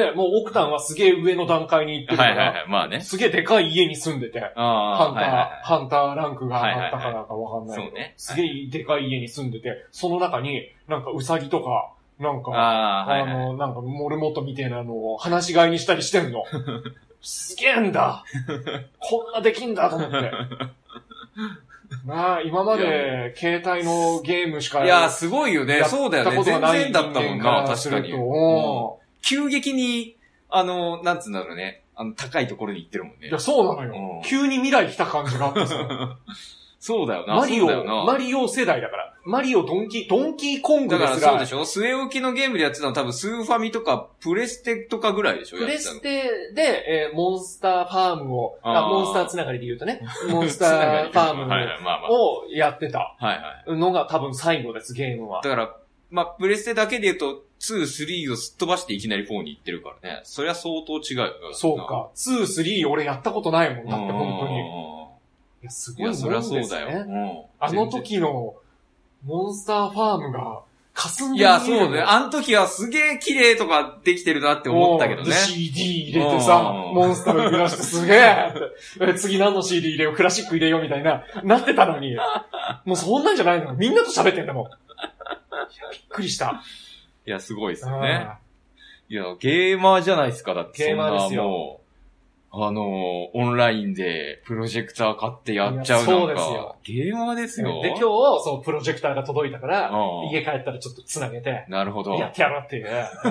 S2: で、もうオクタンはすげえ上の段階に行ってるか
S1: はいはい
S2: ら、
S1: はい。まあね。
S2: すげえでかい家に住んでて、ハ
S1: ああ、
S2: ンタ
S1: はいはい
S2: ー、
S1: は
S2: ハンターランクが上がったからかわかんない
S1: はいはいはいそうね
S2: けど、すげえでかい家に住んでて、その中になんかウサギとか、なんか
S1: い。、ああ、はい
S2: あ
S1: はい。
S2: の、なんか、モルモットみたいなのを話し飼いにしたりしてんの。すげえんだこんなできんだと思って。なあ、今まで携帯のゲームしか
S1: いやー、すごいよね。
S2: やっ
S1: そうだよね。全然だったもんな、確かに。
S2: お
S1: 急激に、あの、なんつうんだろうね。あの、高いところに行ってるもんね
S2: いや、。そうなの
S1: うん
S2: よ。急に未来来た感じがあってさ。
S1: そうだよな。
S2: マリ
S1: そうだよ
S2: オ、
S1: な。
S2: マリオ世代だから。マリオドンキー、ドンキーコン
S1: だ
S2: グで
S1: から
S2: す
S1: そうで
S2: が、
S1: しょ据え置きのゲームでやってたの多分スーファミとかプレステとかぐらいでしょ
S2: プ
S1: やっ
S2: レ
S1: てたの
S2: ステで、えーモンスターファームを、あ
S1: あー
S2: モンスターつながりで言うと ね、モンスターファー
S1: はい
S2: ム
S1: はい、まあまあ。
S2: をやってた
S1: はいはい。
S2: のが多分最後です、ゲームは。
S1: だから、まあ、プレステだけで言うと、2、3をすっ飛ばしていきなり4に行ってるからね。そりゃ相当違うよな
S2: そう。か。2、3俺やったことないもん。だって本当に。
S1: 当
S2: いや、す
S1: い
S2: ごいもん
S1: や、
S2: です
S1: そ
S2: ね。
S1: りゃそうだよ。うん
S2: あの時の、モンスターファームが、霞んで
S1: い
S2: 見える
S1: や、そうね。あの時はすげえ綺麗とかできてるなって思ったけど
S2: うん
S1: ね
S2: で。CD 入れてさ、
S1: うん
S2: モンスターを揺らしてすげええ次何の CD 入れよう、クラシック入れようみたいな、なってたのに。もうそんなんじゃないのみんなと喋ってんだもん。いやびっくりした。
S1: いや、すごいですよね。
S2: う
S1: いや、ゲーマーじゃないですか。だってそんな、
S2: ゲーマーですよ
S1: もう、あのー、オンラインでプロジェクター買ってやっちゃう
S2: い
S1: な
S2: やそうんです
S1: か
S2: よ。
S1: ゲーマーです
S2: ん
S1: よ。
S2: で、今日、そう、プロジェクターが届いたから、
S1: うん
S2: 家帰ったらちょっと繋げて、
S1: なるほど。
S2: やってやろうっていう。う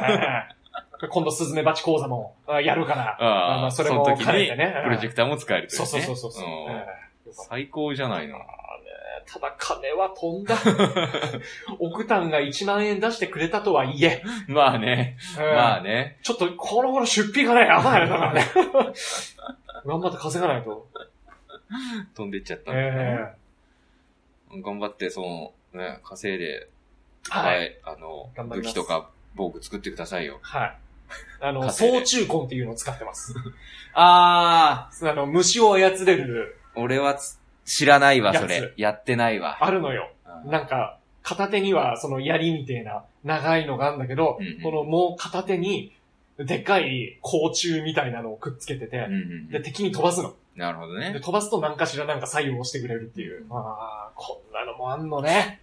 S2: ん今度、スズメバチ講座もあやるから。まあま
S1: あ
S2: あ
S1: あ、
S2: そ
S1: そ
S2: れ
S1: の
S2: も
S1: 時
S2: 兼ね
S1: に
S2: て、ね。
S1: プロジェクターも使えるという
S2: そう
S1: ね。
S2: そうそうそうそう。
S1: ん
S2: うんよかった
S1: 最高じゃないの。
S2: ただ金は飛 んだ。億単が1万円出してくれたとはいえ。
S1: まあね、
S2: うん
S1: まあね。
S2: ちょっと、この頃出費がね、やばいね、だからね。頑張って稼がないと。
S1: 飛んでっちゃったんだね。
S2: え
S1: 頑張って、その、ね、稼いで、
S2: え
S1: は
S2: はい。
S1: い、あの、
S2: 頑張り
S1: 武器
S2: ます
S1: とか防具作ってくださいよ。
S2: はい。あの、
S1: 稼いで
S2: 総中根っていうのを使ってます。
S1: あ
S2: あの、虫を操れる、
S1: あ、俺はつ知らないわ、
S2: やつ
S1: それ。やってないわ。
S2: あるのよ。
S1: うん
S2: なんか、片手には、その槍みてえな、長いのがあるんだけど、
S1: うんうん
S2: このもう片手に、でっかい甲虫みたいなのをくっつけてて
S1: うん、うんう
S2: で、
S1: ん
S2: 敵に飛ばすの。
S1: なるほど
S2: で、
S1: ね。
S2: 飛ばすと何かしらなんか作用をしてくれるっていう。ああ、こんなのもあんのね。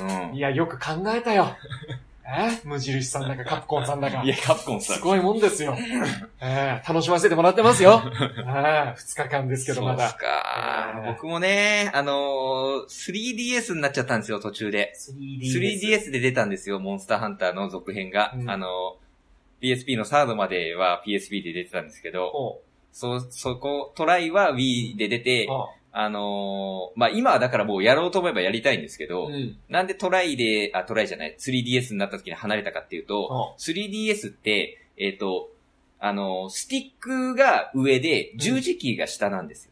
S1: うん
S2: いや、よく考え たよ。え無印さんだかカプコンさんだか
S1: い。や、カプコンさん。
S2: すごいもんですよ。えー、楽しませてもらってます よ。ああ、二日間ですけど、ま
S1: そうっす
S2: だ。
S1: か
S2: え。え
S1: 僕もね、あのー、3DS になっちゃったんですよ、途中で。
S2: 3D。
S1: 3DS で出たんですよ、モンスターハンターの続編が。
S2: うん
S1: あの、PSP のサードまでは PSP で出てたんですけど、
S2: おう
S1: そ、そこ、トライは Wii で出て、
S2: あ
S1: あのーまあ、今はだからもうやろうと思えばやりたいんですけど、
S2: うん。
S1: なんでトライで、あ、トライじゃない、3DS になった時に離れたかっていうと、
S2: おう
S1: 3DS って、えっ、と、あのースティックが上で、十字キーが下なんです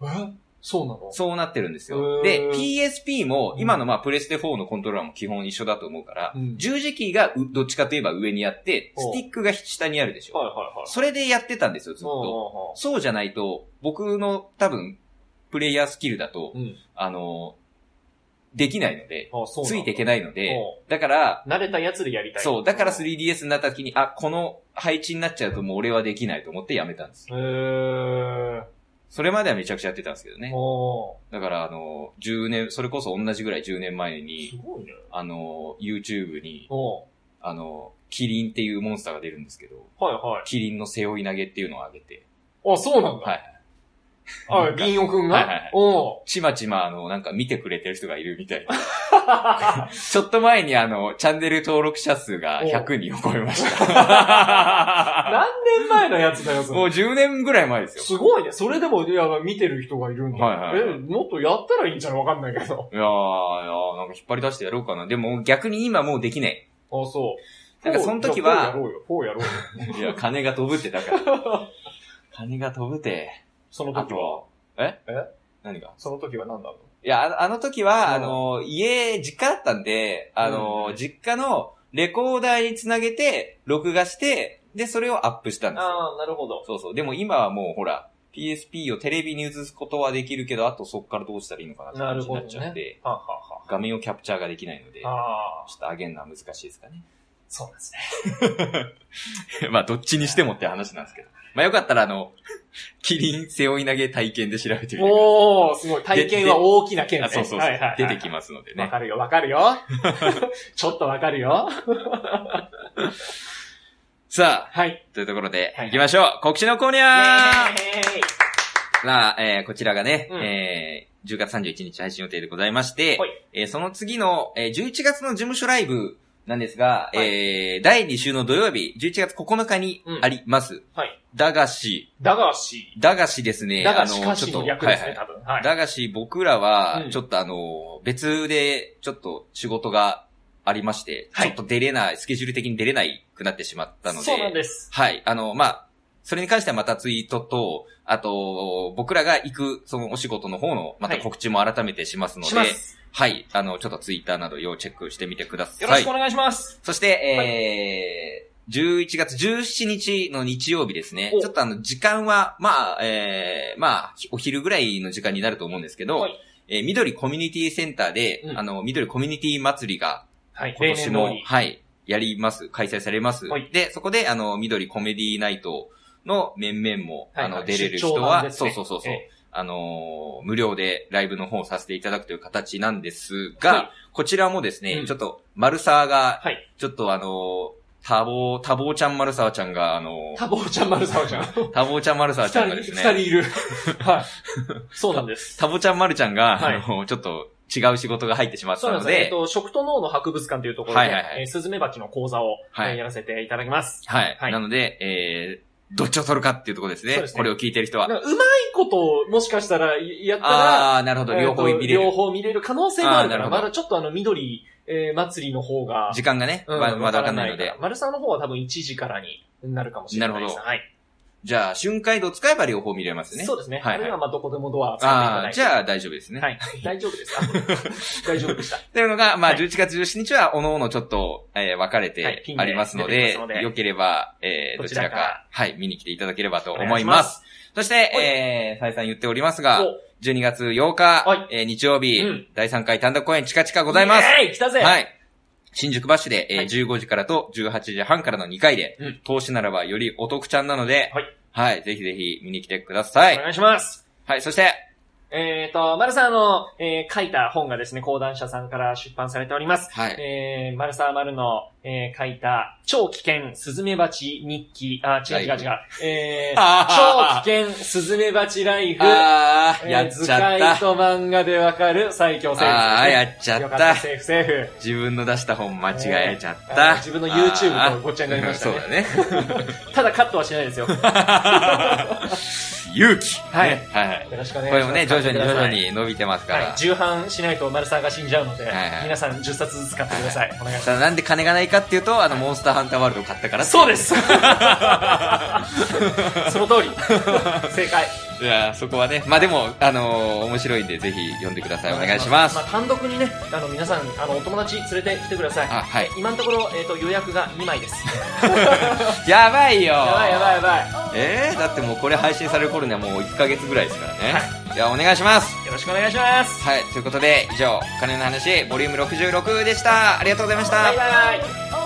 S1: よ。
S2: えそうなの
S1: そうなってるんです
S2: う
S1: よ。
S2: ん
S1: で、PSP も、
S2: うん
S1: 今のまあプレステ4のコントローラーも基本一緒だと思うから、
S2: うん
S1: 十字キーがうどっちかといえば上にあって、ス
S2: お
S1: ティックが下にあるでしょ。
S2: はいはいはい。
S1: それでやってたんですよ、ずっと。
S2: お
S1: そうじゃないと、僕の多分、プレイヤースキルだと
S2: う、おううん。
S1: あの、できないので、
S2: あそう
S1: ついていけ
S2: ない。
S1: ないので
S2: お、
S1: だから、
S2: 慣れたやつでやりたい。
S1: そう、だから 3DS になった時に、あ、この配置になっちゃうともう俺はできないと思ってやめたんですよ。
S2: えー。
S1: それまではめちゃくちゃやってたんですけどね。
S2: おう
S1: だから、あの、10年、それこそ同じぐらい10年前に
S2: す、ごいね。
S1: あの、YouTube に、
S2: おう
S1: あの、キリンっていうモンスターが出るんですけど、
S2: はいはい。
S1: キリンの背負い投げっていうのをあげて、
S2: あ、そうなんだ。
S1: はい
S2: あ、銀尾くんが
S1: はいはいはい
S2: おう
S1: ちまちま、あの、なんか見てくれてる人がいるみたいな。ちょっと前に、あの、チャンネル登録者数が100人を超えました。
S2: 何年前のやつだよ、そ
S1: もう
S2: れ。
S1: 10年ぐらい前ですよ。
S2: すごいね。それでも、いや、見てる人がいるんだ。
S1: はいはいはい
S2: え、もっとやったらいいんじゃないわかんないけど。
S1: いやー、いやーなんか引っ張り出してやろうかな。でも逆に今もうできない。
S2: あ、そう。
S1: なんかその時は
S2: フォーやろうよ、フォーや ろうよ。
S1: いや、金が飛ぶってだから。 金が飛ぶて。
S2: その
S1: あ
S2: 時は。
S1: と、え
S2: え
S1: 何が
S2: その時は何なの
S1: いや、ああの時は、
S2: う
S1: あ
S2: ん
S1: の、家、実家だったんで、あの、
S2: うん
S1: 実家のレコーダーにつなげて、録画して、で、それをアップしたんですよ。
S2: あ、なるほど。
S1: そうそう。でも今はもう、ほら、PSP をテレビに映すことはできるけど、あとそこからどうしたらいいのかなって
S2: な
S1: 感
S2: る
S1: じに
S2: ほ
S1: な
S2: ど
S1: っちゃって、
S2: ね。はあ、は
S1: 画面をキャプチャーができないので、ち
S2: あ、
S1: ょっ
S2: はあ。ああ、
S1: と上げるのは難しいですかね。
S2: そうですね。
S1: まあ、どっちにしてもって話なんですけど。まあ、よかったら、あの、 キリン背負い投げ体験で調べてみてください。
S2: おー、すごい。体験は大きな件ね。
S1: あそうそうそう、
S2: はいはいはい
S1: 出てきますので
S2: わ
S1: ね。
S2: かるよ、わか るよ。ちょっとわかるよ。
S1: さあ、
S2: はい。
S1: というところで
S2: はい、
S1: 行きましょう告知のコーナー
S2: イェーイ
S1: さあ、えーこちらがね、
S2: うん
S1: え10月31日配信予定でございまして
S2: はい、
S1: えーその次の、えー11月の事務所ライブなんですが、
S2: はい
S1: えー第2週の土曜日、11月9日にあります。
S2: はい。
S1: 駄菓子。
S2: だがし、
S1: 駄菓子ですね。
S2: だが
S1: あ
S2: し
S1: の
S2: か
S1: ちょ
S2: し
S1: っと
S2: の略です
S1: はい
S2: ね、
S1: はい
S2: 多分。はい。
S1: 駄菓子、僕らは
S2: う、ん
S1: ちょっとあの、別で、ちょっと仕事がありまして、
S2: はい
S1: ちょっと出れない、スケジュール的に出れないくなってしまったので、
S2: そうなんです。
S1: はい。あの、まあ、それに関してはまたツイートと、あと、僕らが行く、そのお仕事の方の、また
S2: はい
S1: 告知も改めてしますの
S2: し
S1: で、
S2: ま
S1: はい、
S2: す。
S1: あの、ちょっとツイッターなど要チェックしてみてください。
S2: よろしくお願いします。
S1: そして、えー11月17日の日曜日ですね。
S2: お
S1: ちょっとあの、時間は、まあ、えーまあ、お昼ぐらいの時間になると思うんですけど、
S2: はい
S1: えー緑コミュニティセンターで、
S2: うん
S1: あの、緑コミュニティ祭りが、
S2: はい。
S1: 今年
S2: 例
S1: も
S2: 年通り、
S1: はい、やります、開催されます。
S2: はい
S1: で、そこで、あの、緑コメディナイトの面々も、
S2: はい
S1: あ
S2: は
S1: の、
S2: い
S1: 出れる人
S2: 出張な
S1: は、
S2: んです
S1: そう
S2: ね
S1: そうそうそう、
S2: え
S1: あのー無料でライブの方をさせていただくという形なんですが、
S2: はい
S1: こちらもですね、
S2: うん
S1: ちょっと、マルサーが、
S2: はい。
S1: ちょっとあのー多忙、多忙ちゃんマルサーちゃんが、あのー
S2: 多忙ちゃん、丸沢 ちゃん。二
S1: 多忙ちゃんマルサーちゃんがです
S2: 人、二人
S1: ね、
S2: い る。はい。そうなんです。
S1: 多忙ちゃんマルちゃんが、
S2: はい
S1: あのーちょっと違う仕事が入ってしまっ
S2: そ
S1: た
S2: うなん
S1: の
S2: ですね。えっ
S1: で、
S2: と、食と脳の博物館というところで、
S1: はいはいはい
S2: えースズメバチの講座を、
S1: はい
S2: えーやらせていただきます。
S1: はい、
S2: はい
S1: なので、えー、どっちを取るかっていうところですね。
S2: そうですね
S1: これを聞いてる人
S2: なん
S1: は。
S2: かうまいことを、もしかしたら、いやったら、
S1: ああー、なるほど。両方
S2: えーと
S1: 見れる
S2: 両。方見れる可能性もあるから、
S1: あーなるほ
S2: ま
S1: ど
S2: だちょっとあの、緑、えー祭りの方が、
S1: 時間がね、
S2: うん
S1: ままだわかんないので。。
S2: 丸さんの方は多分1時からになるかもしれないです。
S1: なるほ
S2: はい。
S1: じゃあ、瞬間移動使えば両方見れますね。
S2: そうですね。
S1: はいはい
S2: あるいは、まあ、どこでもドアを使っていた
S1: あ
S2: だ
S1: あ、
S2: い
S1: じ
S2: て。
S1: ゃあ大丈夫ですね。
S2: はい。 大丈夫ですか 大丈夫でした。
S1: というのが、まあ、
S2: はい
S1: 11月17日は、おのおのちょっと、えー分かれ
S2: はい
S1: て
S2: ピンで
S1: ありますの
S2: 出てき
S1: で、
S2: ますので
S1: よければ、えーどちら
S2: ど
S1: か
S2: ちらか
S1: はい、見に来ていただければと
S2: お
S1: 思
S2: 願い
S1: い
S2: し
S1: ま
S2: ますす。
S1: そして、えー、再三言っておりますが、
S2: お
S1: 12月8日、
S2: はい
S1: えー日曜日、
S2: うん
S1: 第3回単独公演、チカチカございます。
S2: イエーイ来たぜ
S1: はい。新宿バッシュで、えー
S2: はい
S1: 15時からと18時半からの2回で、
S2: うん
S1: 投資ならばよりお得ちゃんなので、
S2: はい
S1: はい。ぜひぜひ見に来てくださ
S2: お
S1: い。
S2: 願いします。
S1: はい。そして、
S2: えっ、と、丸さんの、えー書いた本がですね、講談社さんから出版されております。
S1: はい。
S2: えー、丸沢丸の、えー書いた、超危険スズメバチ日記、あ、違う違う違う、えー、超
S1: あ
S2: 危険スズメバチライ
S1: ー
S2: フ、
S1: あー、
S2: え
S1: や
S2: ー
S1: っ
S2: 図
S1: ちゃった
S2: 解。と漫画でわかる最強セーフですね。
S1: ああ、やっちゃ
S2: よ
S1: っ
S2: かった、
S1: た。
S2: セーフセーフ。
S1: 自分の出した本間違えちゃっ
S2: あ
S1: た。
S2: の自分の YouTube
S1: あ
S2: とごっちゃ
S1: ー
S2: になりました
S1: うん
S2: ね。
S1: そうだね。
S2: ただカットはしないですよ。よ
S1: 勇気。
S2: はい
S1: ねはいはい。
S2: ろしくお願いします。
S1: これもね、徐々に徐
S2: 買ってくだ
S1: 々
S2: さい。
S1: に伸びてますか
S2: はい、
S1: ら。
S2: 重版しないと丸さんが死んじゃうので、
S1: はいはい
S2: 皆さん10冊ずつ買ってください。お願いします。
S1: ただなんで金がないかっていうと、あの、モンスターハンターワールドを買ったから。
S2: そうです。 その通り。正解。
S1: いやーそこはね。まあでも、あのー面白いんで、ぜひ読んでください。お願いします。
S2: あ、単独にね、あの、皆さん、あの、お友達連れてきてください。
S1: あ、はい。
S2: 今のところ、えっ、と、予約が2枚です。
S1: やばいよ
S2: やばいやばいやばい。
S1: えー、だってもうこれ配信される頃にはもう1ヶ月ぐらいですからね。じゃあお願いします。
S2: よろしくお願いします。
S1: はい、ということで、以上、お金の話、ボリューム66でした。ありがとうございました。
S2: バイバイ。
S3: 「お